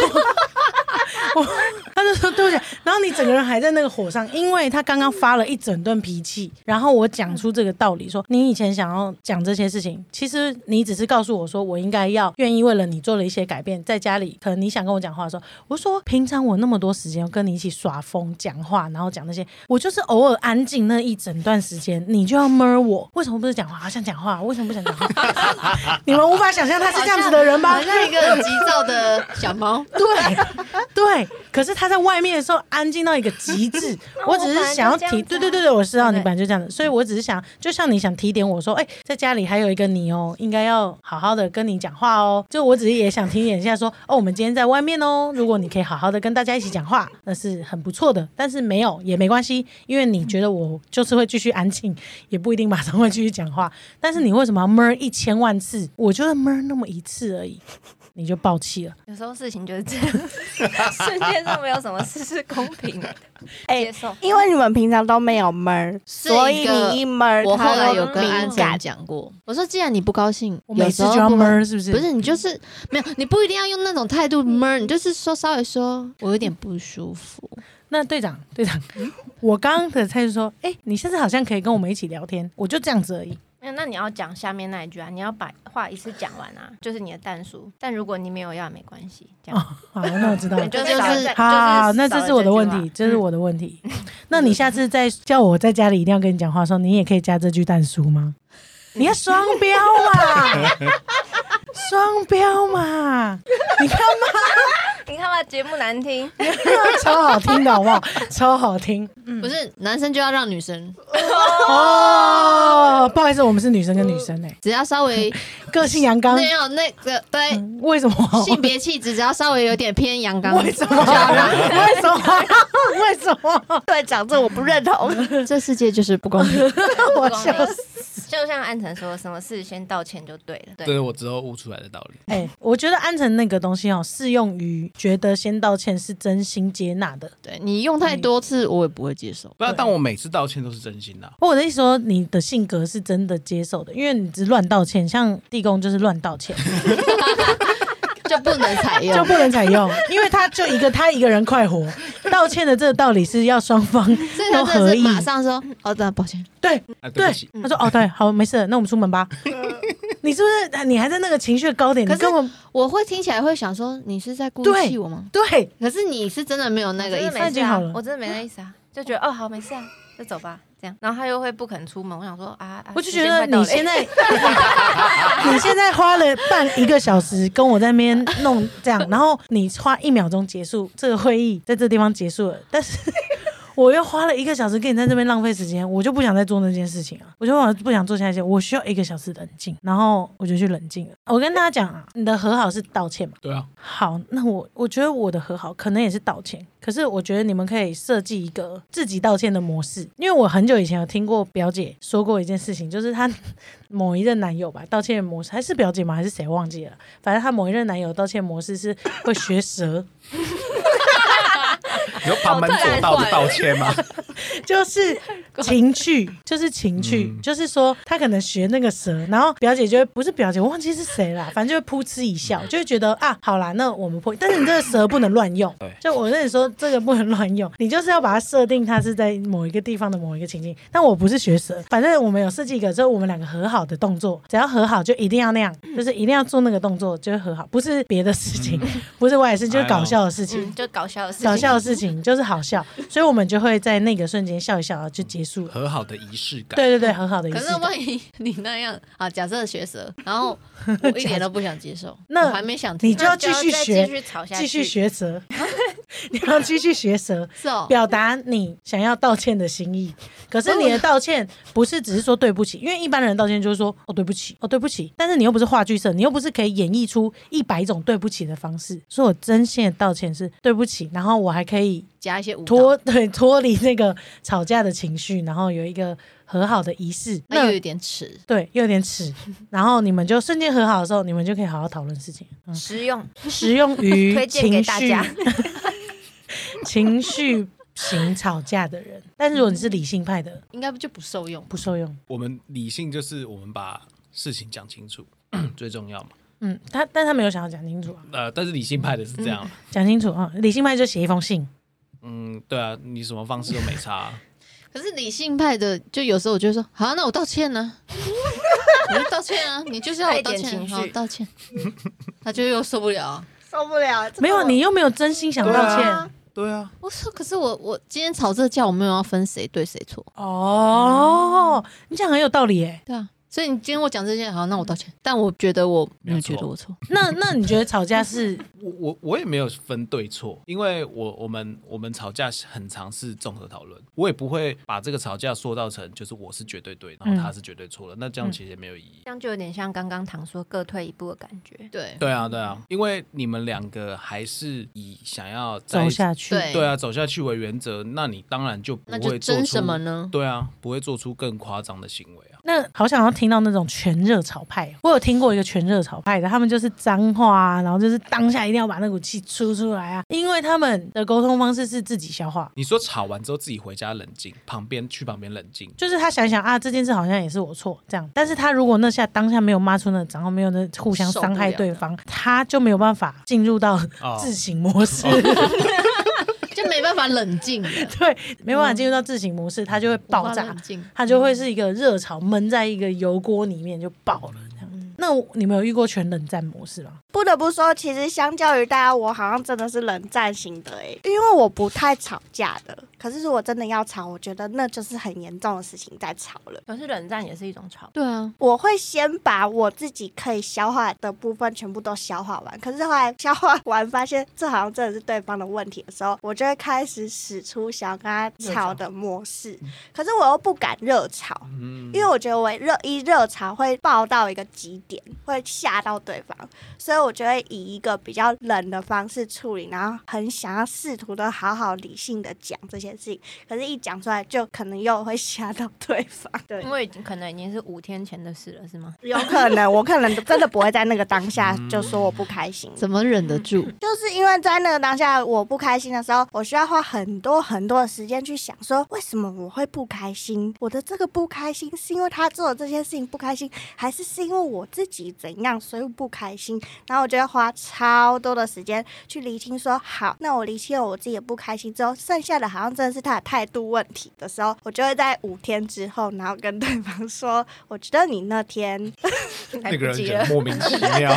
[SPEAKER 1] 我 我他就说对不起，然后你整个人还在那个火上，因为他刚刚发了一整顿脾气，然后我讲出这个道理，说你以前想要讲这些事情，其实你只是告诉我说我应该要愿意为了你做了一些改变，在家里可能你想跟我讲话的时候，我说平常我那么多时间跟你一起耍疯讲话，然后讲那些，我就是偶尔安静那一整段时间，你就要闷我，为什么不是讲话？好想讲话，为什么不想讲话？ 你们无法想象他是这样子的人吧？
[SPEAKER 3] 好像一个很急躁的小 猫，
[SPEAKER 1] 对对，可是他在外面的时候安静到一个极 致。我只是想要
[SPEAKER 2] 我本来就这
[SPEAKER 1] 提，
[SPEAKER 2] 样子
[SPEAKER 1] 对
[SPEAKER 2] 啊
[SPEAKER 1] 对对对，我知道你
[SPEAKER 2] 对
[SPEAKER 1] 本来就这样的，所以我只是想，就像你想提点我说，哎，在家里还有一个你哦，应该要好好的跟你讲话哦。就我只是也想提点一下说，哦，我们今天在外面哦，如果你可以好好的跟大家一起讲话，那是很不错的。但是没有也没关系，因为你觉得我就是会继续安静，也不一定马上会继续讲话。但是你为什么要闷一千万次？我就是闷那么一次而已，你就爆气了。
[SPEAKER 2] 有时候事情就是这样， 世界上没有什么事是公平的。
[SPEAKER 4] 哎
[SPEAKER 2] 接受，
[SPEAKER 4] 因为你们平常都没有闷儿，所以你一闷儿，
[SPEAKER 3] 我后
[SPEAKER 4] 他
[SPEAKER 3] 来
[SPEAKER 4] 都
[SPEAKER 3] 有跟
[SPEAKER 4] 敏
[SPEAKER 3] 安
[SPEAKER 4] 感
[SPEAKER 3] 晨讲过，我说既然你不高兴，
[SPEAKER 1] 我每
[SPEAKER 3] 有
[SPEAKER 1] 次
[SPEAKER 3] 时候
[SPEAKER 1] 就要
[SPEAKER 3] 不
[SPEAKER 1] 闷儿，是不是？
[SPEAKER 3] 不是你就是没有，你不一定要用那种态度闷儿，你就是说稍微说，我有点不舒服。
[SPEAKER 1] 那队长，队长，
[SPEAKER 3] 嗯
[SPEAKER 1] 我刚刚的菜是说，哎、你现在好像可以跟我们一起聊天，我就这样子而已。
[SPEAKER 2] 没有，那你要讲下面那一句啊，你要把话一次讲完啊，就是你的淡书。但如果你没有要，没关系，这
[SPEAKER 1] 哦，
[SPEAKER 2] 样。
[SPEAKER 1] 好，那我知道了
[SPEAKER 2] 你。 就
[SPEAKER 3] 就是
[SPEAKER 2] 少了
[SPEAKER 3] 好
[SPEAKER 2] 再
[SPEAKER 1] 好好，好那
[SPEAKER 2] 少
[SPEAKER 1] 这
[SPEAKER 2] 了
[SPEAKER 1] 是我的
[SPEAKER 2] 句
[SPEAKER 1] 问
[SPEAKER 2] 话嗯
[SPEAKER 1] 题，这是我的问题。 那你下次再叫我在家里一定要跟你讲话的时候，你也可以加这句淡书吗？你要双标嘛，双标嘛，你看嘛，
[SPEAKER 2] 你看吧，节目难听，
[SPEAKER 1] 超好听的好不好？超好听
[SPEAKER 3] 不是男生就要让女生，
[SPEAKER 1] 哦！不好意思，我们是女生跟女生哎、
[SPEAKER 3] 只要稍微
[SPEAKER 1] 个性阳刚，
[SPEAKER 3] 没有那个对
[SPEAKER 1] 嗯为什么？
[SPEAKER 3] 性别气质，只要稍微有点偏阳刚，
[SPEAKER 1] 为什么？为什么？为什么？
[SPEAKER 4] 队长，这我不认 同。
[SPEAKER 3] 这世界就是不公平。
[SPEAKER 1] 我笑死！
[SPEAKER 2] 就像安晨说，什么事先道歉就对了。
[SPEAKER 5] 这
[SPEAKER 2] 对，
[SPEAKER 5] 是我之后悟出来的道理。
[SPEAKER 1] 哎、我觉得安城那个东西哦，适用于觉得先道歉是真心接纳的。
[SPEAKER 3] 对你用太多次，我也不会接受。
[SPEAKER 5] 不要，但我每次道歉都是真心的啊、
[SPEAKER 1] 不过我的意思说，你的性格是真的接受的，因为你只乱道歉，像地公就是乱道歉，
[SPEAKER 3] 就不能采
[SPEAKER 1] 就
[SPEAKER 3] 用。
[SPEAKER 1] 不能采用，因为他就一个他一个人快活。道歉的这个道理是要双方
[SPEAKER 3] 所以
[SPEAKER 1] 都
[SPEAKER 3] 他真
[SPEAKER 1] 合
[SPEAKER 3] 的是
[SPEAKER 1] 意。
[SPEAKER 3] 马上说：“哦，对，抱歉。
[SPEAKER 1] 对
[SPEAKER 5] 哎，对
[SPEAKER 1] 对
[SPEAKER 5] 不起，，
[SPEAKER 1] 他说哦对，好没事，那我们出门吧。你是不是你还在那个情绪的高点？你
[SPEAKER 3] 可是
[SPEAKER 1] 根本”
[SPEAKER 3] 我会听起来会想说：“你是在故
[SPEAKER 1] 对
[SPEAKER 3] 意气我吗
[SPEAKER 1] 对，？”
[SPEAKER 3] 可是你是真的没有那
[SPEAKER 2] 我
[SPEAKER 3] 个
[SPEAKER 2] 真
[SPEAKER 3] 意
[SPEAKER 2] 的
[SPEAKER 3] 思。
[SPEAKER 2] 没
[SPEAKER 1] 那
[SPEAKER 2] 事
[SPEAKER 1] 就好
[SPEAKER 2] 啊
[SPEAKER 1] 了，
[SPEAKER 2] 我真的没那意思啊，就觉得哦好没事啊，就走吧，这样。然后他又会不肯出门，我想说啊，啊
[SPEAKER 1] 我就
[SPEAKER 2] 时
[SPEAKER 1] 觉
[SPEAKER 2] 间
[SPEAKER 1] 得
[SPEAKER 2] 快到
[SPEAKER 1] 你
[SPEAKER 2] 了欸
[SPEAKER 1] 现在， 你现在花了半一个小时跟我在那边弄这样，然后你花一秒钟结束这个会议，在这地方结束了，但是 我又花了一个小时跟你在这边浪费时间，我就不想再做那件事情啊，我就我不想做下一件，我需要一个小时冷静，然后我就去冷静了。我跟大家讲啊，你的和好是道歉嘛。
[SPEAKER 5] 对啊，
[SPEAKER 1] 好，那我我觉得我的和好可能也是道歉，可是我觉得你们可以设计一个自己道歉的模式，因为我很久以前有听过表姐说过一件事情，就是她 某一任男友吧，道歉的模式还是表姐吗？还是谁忘记了？反正她某一任男友道歉模式是会学舌，
[SPEAKER 5] 有旁门左道的道歉吗？
[SPEAKER 1] 就是情趣， 就是情趣，
[SPEAKER 5] 嗯
[SPEAKER 1] 就是说他可能学那个蛇，然后表姐就会不是表姐，我忘记是谁啦，反正就会噗嗤一
[SPEAKER 5] 嗯
[SPEAKER 1] 笑，就会觉得啊，好啦，那我们破，但是你这个蛇不能乱用
[SPEAKER 5] 对，
[SPEAKER 1] 就我啊跟你说这个不能乱用，你就是要把它设定它是在某一个地方的某一个情境。但我不是学蛇，反正我们有设计一个，就是我们两个和好的动作，只要和好就一定要那样，就是一定要做那个动
[SPEAKER 5] 哎
[SPEAKER 1] 作就会和好，不是别的事情，不是外事，就是搞笑的事情
[SPEAKER 2] 嗯，。就搞笑的事情，
[SPEAKER 1] 搞笑的事情， 情，就是好笑，所以我们就会在那个瞬间笑一笑就结束了。
[SPEAKER 5] 和好的仪式感。
[SPEAKER 1] 对对对，很好的意
[SPEAKER 3] 可
[SPEAKER 1] 思
[SPEAKER 3] 是。万一你那样啊，假设学舌，然 后我一点都不想接受，
[SPEAKER 1] 那
[SPEAKER 3] 我还没想听
[SPEAKER 1] 你就要继续
[SPEAKER 2] 再
[SPEAKER 1] 学，
[SPEAKER 2] 继续吵下去
[SPEAKER 1] 继续学舌， 你要继续学舌，
[SPEAKER 3] 是哦，
[SPEAKER 1] 表达你想要道歉的心意。可是你的道歉不是只是说对不起，因为一般人道歉就是说哦对不起，哦对不起，但是你又不是话剧社，你又不是可以演绎出一百种对不起的方式。所以我真心的道歉是对不起，然后我还可以
[SPEAKER 3] 加一些舞蹈，
[SPEAKER 1] 脱 对脱离那个吵架的情绪，然后有一个和好的仪式。
[SPEAKER 3] 那
[SPEAKER 1] 那
[SPEAKER 3] 又有点迟。
[SPEAKER 1] 对，又有点 耻，然后你们就瞬间和好的时候，你们就可以好好讨论事情。嗯，
[SPEAKER 2] 实用，
[SPEAKER 1] 使用于
[SPEAKER 2] 推荐
[SPEAKER 1] 情
[SPEAKER 2] 给大
[SPEAKER 1] 绪
[SPEAKER 2] 家
[SPEAKER 1] 情绪型吵架的人，但如果你是理性派的，
[SPEAKER 3] 应该就不受用。
[SPEAKER 1] 不受用。
[SPEAKER 5] 我们理性就是我们把事情讲清楚 最重要嘛。
[SPEAKER 1] 嗯，他但他没有想要讲清楚啊，
[SPEAKER 5] 呃，但是理性派的是这样，
[SPEAKER 1] 讲清楚啊、理性派就写一封信，
[SPEAKER 5] 嗯对啊，你什么方式都没差啊、
[SPEAKER 3] 可是理性派的，就有时候我就会说，好，那我道歉 呢、我就道歉啊，你就是要我道
[SPEAKER 2] 带一点
[SPEAKER 3] 歉，
[SPEAKER 2] 情绪
[SPEAKER 3] 好，我道 歉，他就又受不了啊。
[SPEAKER 4] 受不了。这
[SPEAKER 1] 没有啊
[SPEAKER 4] 个
[SPEAKER 1] 你又没有真心想道
[SPEAKER 5] 对
[SPEAKER 1] 歉
[SPEAKER 5] 啊 对啊，
[SPEAKER 3] 我说，可是我我今天吵这架，我没有要分谁对谁错，
[SPEAKER 1] 哦。你讲很有道理诶。
[SPEAKER 3] 对啊。所以你今天我讲这件，好，那我道歉，但我觉得我没有
[SPEAKER 5] 没有错
[SPEAKER 3] 觉得我错，
[SPEAKER 1] 那那你觉得吵架是
[SPEAKER 5] 我我我也没有分对错，因为我我们我们吵架很常是综合讨论，我也不会把这个吵架塑造成就是我是绝对对，然
[SPEAKER 3] 嗯
[SPEAKER 5] 后他是绝对错了，那这样其实也没有意义。
[SPEAKER 2] 这样就有点像刚刚唐说各退一步的感觉。
[SPEAKER 3] 对
[SPEAKER 5] 对啊，对
[SPEAKER 3] 嗯
[SPEAKER 5] 啊，因为你们两个还是以想要在
[SPEAKER 1] 走
[SPEAKER 5] 一起
[SPEAKER 1] 下去？
[SPEAKER 3] 对
[SPEAKER 5] 对啊，走下去为原则，那你当然就不
[SPEAKER 3] 那就
[SPEAKER 5] 会做
[SPEAKER 3] 争
[SPEAKER 5] 出
[SPEAKER 3] 什么呢？
[SPEAKER 5] 对啊，不会做出更夸张的行为啊。
[SPEAKER 1] 那好想要听到那种全热炒派，哦我有听过一个全热炒派的，他们就是脏话啊，然后就是当下一定要把那股气出出来啊，因为他们的沟通方式是自己消化，
[SPEAKER 5] 你说吵完之后自己回家冷静，旁边去旁边冷静，
[SPEAKER 1] 就是他想一想啊，这件事好像也是我错这样，但是他如果那下当下没有骂出那脏话，没有那互相伤害对方，他就没有办法进入到
[SPEAKER 5] 哦
[SPEAKER 1] 自省模式，
[SPEAKER 3] 哦就没办法冷静了，
[SPEAKER 1] 对，没办法进入到自省模式，他就会
[SPEAKER 3] 无
[SPEAKER 1] 爆
[SPEAKER 3] 法
[SPEAKER 1] 炸
[SPEAKER 3] 嗯冷，静
[SPEAKER 1] 他就会是一个热潮闷在一个油锅里面就爆了这样。那我你们有遇过全冷战模式吗？
[SPEAKER 4] 不得不说，其实相较于大家，我好像真的是冷战型的诶、因为我不太吵架的。可是如果真的要吵，我觉得那就是很严重的事情在吵了。
[SPEAKER 2] 可是冷战也是一种吵，
[SPEAKER 3] 对啊，
[SPEAKER 4] 我会先把我自己可以消化的部分全部都消化完，可是后来消化完发现这好像真的是对方的问题的时候，我就会开始使出想要跟他吵的模式，
[SPEAKER 1] 嗯
[SPEAKER 4] 可是我又不敢热吵，
[SPEAKER 5] 嗯
[SPEAKER 4] 因为我觉得我热一热吵会爆到一个极点，会吓到对方，所以我就会以一个比较冷的方式处理，然后很想要试图的好好理性的讲这些事情，可是一讲出来就可能又会吓到对方，对
[SPEAKER 2] 因。为已经可能已经是五天前的事了，是吗？
[SPEAKER 4] 有可能，我可能真的不会在那个当下就说我不开心，
[SPEAKER 3] 怎么忍得住？
[SPEAKER 4] 就是因为在那个当下我不开心的时候，我需要花很多很多的时间去想说，为什么我会不开心？我的这个不开心是因为他做的这些事情不开心，还是是因为我自己怎样所以不开心？然后我就要花超多的时间去厘清说，好，那我厘清了我自己的不开心之后，剩下的好像真的是他的态度问题的时候，我就会在五天之后，然后跟对方说，我觉得你那天
[SPEAKER 2] 来不及了，
[SPEAKER 5] 莫名其 妙。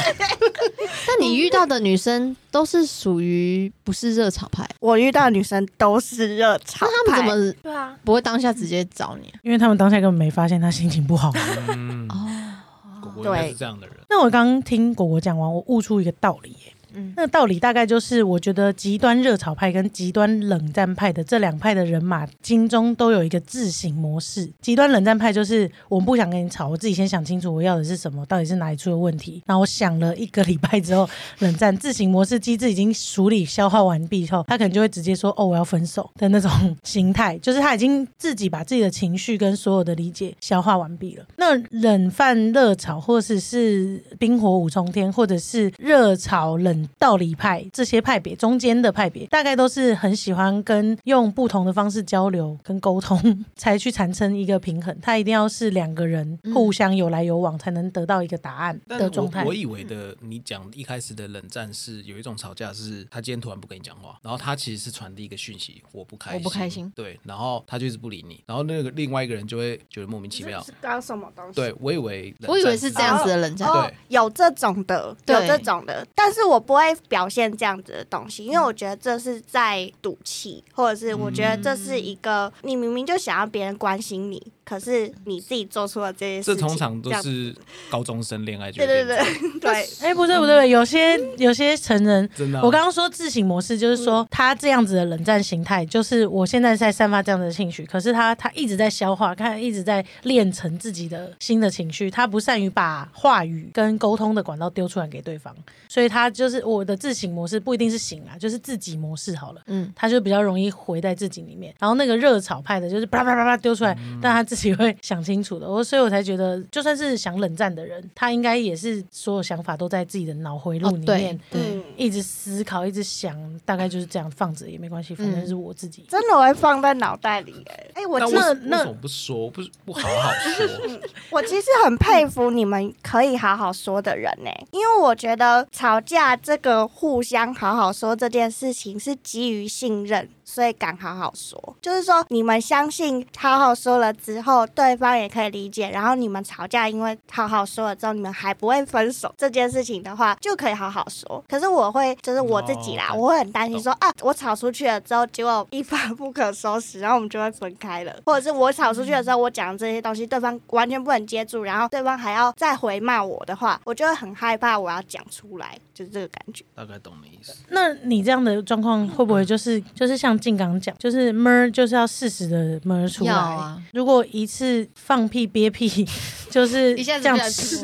[SPEAKER 3] 但你遇到的女生都是属于不是热炒派，
[SPEAKER 4] 我遇到的女生都是热炒
[SPEAKER 3] 那他
[SPEAKER 4] 派，
[SPEAKER 3] 们怎么
[SPEAKER 2] 对啊，
[SPEAKER 3] 不会当下直接找你啊？
[SPEAKER 1] 因为他们当下根本没发现他心情不好。
[SPEAKER 5] 嗯，
[SPEAKER 3] 哦，
[SPEAKER 5] 果果应该是这样的人。
[SPEAKER 1] 那我刚刚听果果讲完，我悟出一个道理、耶。
[SPEAKER 2] 嗯，
[SPEAKER 1] 那个道理大概就是，我觉得极端热潮派跟极端冷战派的这两派的人马，心中都有一个自省模式。极端冷战派就是我不想跟你吵，我自己先想清楚我要的是什么，到底是哪里出了问题。然后我想了一个礼拜之后，冷战自省模式机制已经处理消化完毕后，他可能就会直接说：“哦，我要分手”的那种心态，就是他已经自己把自己的情绪跟所有的理解消化完毕了。那冷饭热炒，或者是冰火五重天，或者是热炒冷道理派这些派别中间的派别，大概都是很喜欢跟用不同的方式交流跟沟通，才去产生一个平衡。它一定要是两个人互相有来有往，才能得到一个答案
[SPEAKER 5] 但
[SPEAKER 1] 的状
[SPEAKER 5] 我
[SPEAKER 1] 态
[SPEAKER 5] 我。以为的，你讲一开始的冷战是有一种吵架是，他今天突然不跟你讲话，然后他其实是传递一个讯息，我不开心，
[SPEAKER 3] 我不开心，
[SPEAKER 5] 对，然后他就一直不理你，然后那个另外一个人就会觉得莫名其妙。
[SPEAKER 4] 刚什么东西
[SPEAKER 5] 对，我以为冷战
[SPEAKER 3] 我以为是这样子的冷战，
[SPEAKER 4] 哦
[SPEAKER 5] 对，
[SPEAKER 4] 有这种的，有
[SPEAKER 3] 对
[SPEAKER 4] 这种的，但是我不不会表现这样子的东西，因为
[SPEAKER 3] 嗯
[SPEAKER 4] 我觉得这是在赌气，或者是我觉得这是一个
[SPEAKER 3] 嗯
[SPEAKER 4] 你明明就想要别人关心你，可是你自己做出了这些事
[SPEAKER 5] 这
[SPEAKER 4] 情，
[SPEAKER 5] 通常都
[SPEAKER 4] 这样
[SPEAKER 5] 是高中生恋爱就
[SPEAKER 4] 对对
[SPEAKER 5] 会变这
[SPEAKER 4] 对
[SPEAKER 5] 样，
[SPEAKER 4] 对，
[SPEAKER 1] 哎、不对不对，有些有些成人
[SPEAKER 5] 真的啊、
[SPEAKER 1] 我刚刚说自省模式，就是说他这样子的冷战形态，就是我现在在散发这样的情绪，可是他他一直在消化，看一直在练成自己的新的情绪，他不善于把话语跟沟通的管道丢出来给对方，所以他就是我的自省模式不一定是醒啊，就是自己模式好了。
[SPEAKER 3] 嗯，
[SPEAKER 1] 他就比较容易回在自己里面，然后那个热炒派的，就是啪啪啪啪丢出来，但他自己会想清楚的。我所以我才觉得，就算是想冷战的人，他应该也是所有想法都在自己的脑回路
[SPEAKER 3] 哦
[SPEAKER 1] 里面
[SPEAKER 3] 对，对，
[SPEAKER 4] 嗯
[SPEAKER 1] 一直思考，一直想，大概就是这样放着也没关系，
[SPEAKER 3] 嗯
[SPEAKER 1] 反正是我自己。
[SPEAKER 4] 真的我会放在脑袋里耶。哎、我
[SPEAKER 5] 但
[SPEAKER 4] 真的
[SPEAKER 5] 为
[SPEAKER 1] 那那
[SPEAKER 5] 什为什么不说？不是不好好说，
[SPEAKER 4] 我其实很佩服你们可以好好说的人呢、因为我觉得吵架这个互相好好说这件事情是基于信任，所以敢好好说。就是说你们相信好好说了之后，对方也可以理解，然后你们吵架，因为好好说了之后，你们还不会分手这件事情的话，就可以好好说。可是我会，就是我自己啦，
[SPEAKER 5] 哦
[SPEAKER 4] 我会很担心说啊，我吵出去了之后，结果一发不可收拾，然后我们就会分开了，或者是我吵出去的时候，我讲这些东西，对方完全不能接住，然后对方还要再回骂我的话，我就会很害怕，我要讲出来，就是这个感觉。
[SPEAKER 5] 大概懂你意思。
[SPEAKER 1] 那你这样的状况会不会就是
[SPEAKER 3] 嗯
[SPEAKER 1] 就是像静刚讲，就是闷就是要适时的闷出来。
[SPEAKER 3] 要啊
[SPEAKER 1] 如果一次放屁憋屁， 就是
[SPEAKER 3] 一下子
[SPEAKER 1] 这样
[SPEAKER 3] 就
[SPEAKER 1] 子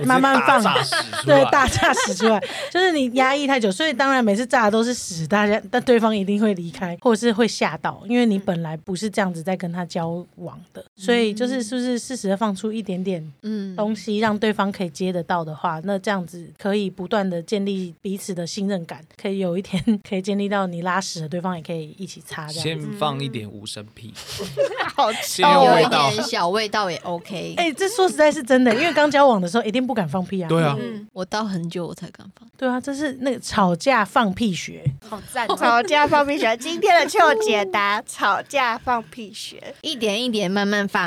[SPEAKER 5] 我
[SPEAKER 1] 慢慢
[SPEAKER 5] 直接大
[SPEAKER 1] 放
[SPEAKER 5] 炸屎出
[SPEAKER 1] 对
[SPEAKER 5] 来
[SPEAKER 1] 大炸屎出来， 就是你压抑太久，所以当然每次炸的都是屎，大家但对方一定会离开，或者是会吓到，因为你
[SPEAKER 3] 嗯
[SPEAKER 1] 本来不是这样子在跟他交往的，所以就是是不是适时的放出一点点
[SPEAKER 3] 嗯，
[SPEAKER 1] 东西，让对方可以接得到的话，那这样子可以不断的建立彼此的信任感，可以有一天可以建立到你拉屎了，对方也可以一起擦这样
[SPEAKER 5] 先
[SPEAKER 1] 子。
[SPEAKER 5] 放一点无声屁，
[SPEAKER 4] 好
[SPEAKER 5] 先用
[SPEAKER 3] 有
[SPEAKER 5] 味
[SPEAKER 3] 一
[SPEAKER 5] 道。
[SPEAKER 3] 点小味道也 OK。
[SPEAKER 1] 哎、这说实在是真的，因为刚交往的时候一定不敢放屁啊。
[SPEAKER 5] 对啊，
[SPEAKER 2] 嗯，
[SPEAKER 3] 我到很久我才敢放，
[SPEAKER 1] 对啊，这是那个吵架放屁学。
[SPEAKER 2] 好赞 哦！
[SPEAKER 4] 吵架放屁学，今天的秋解答吵架放屁 学，
[SPEAKER 3] 一点一点慢慢放。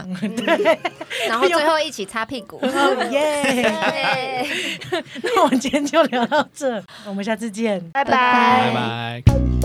[SPEAKER 2] 然 后最后一起擦屁股。
[SPEAKER 1] 哦
[SPEAKER 4] 耶，
[SPEAKER 2] 对
[SPEAKER 1] 那我们今天就聊到这，我们下次见。
[SPEAKER 4] 拜
[SPEAKER 3] 拜
[SPEAKER 5] 拜
[SPEAKER 4] 拜。
[SPEAKER 5] 拜。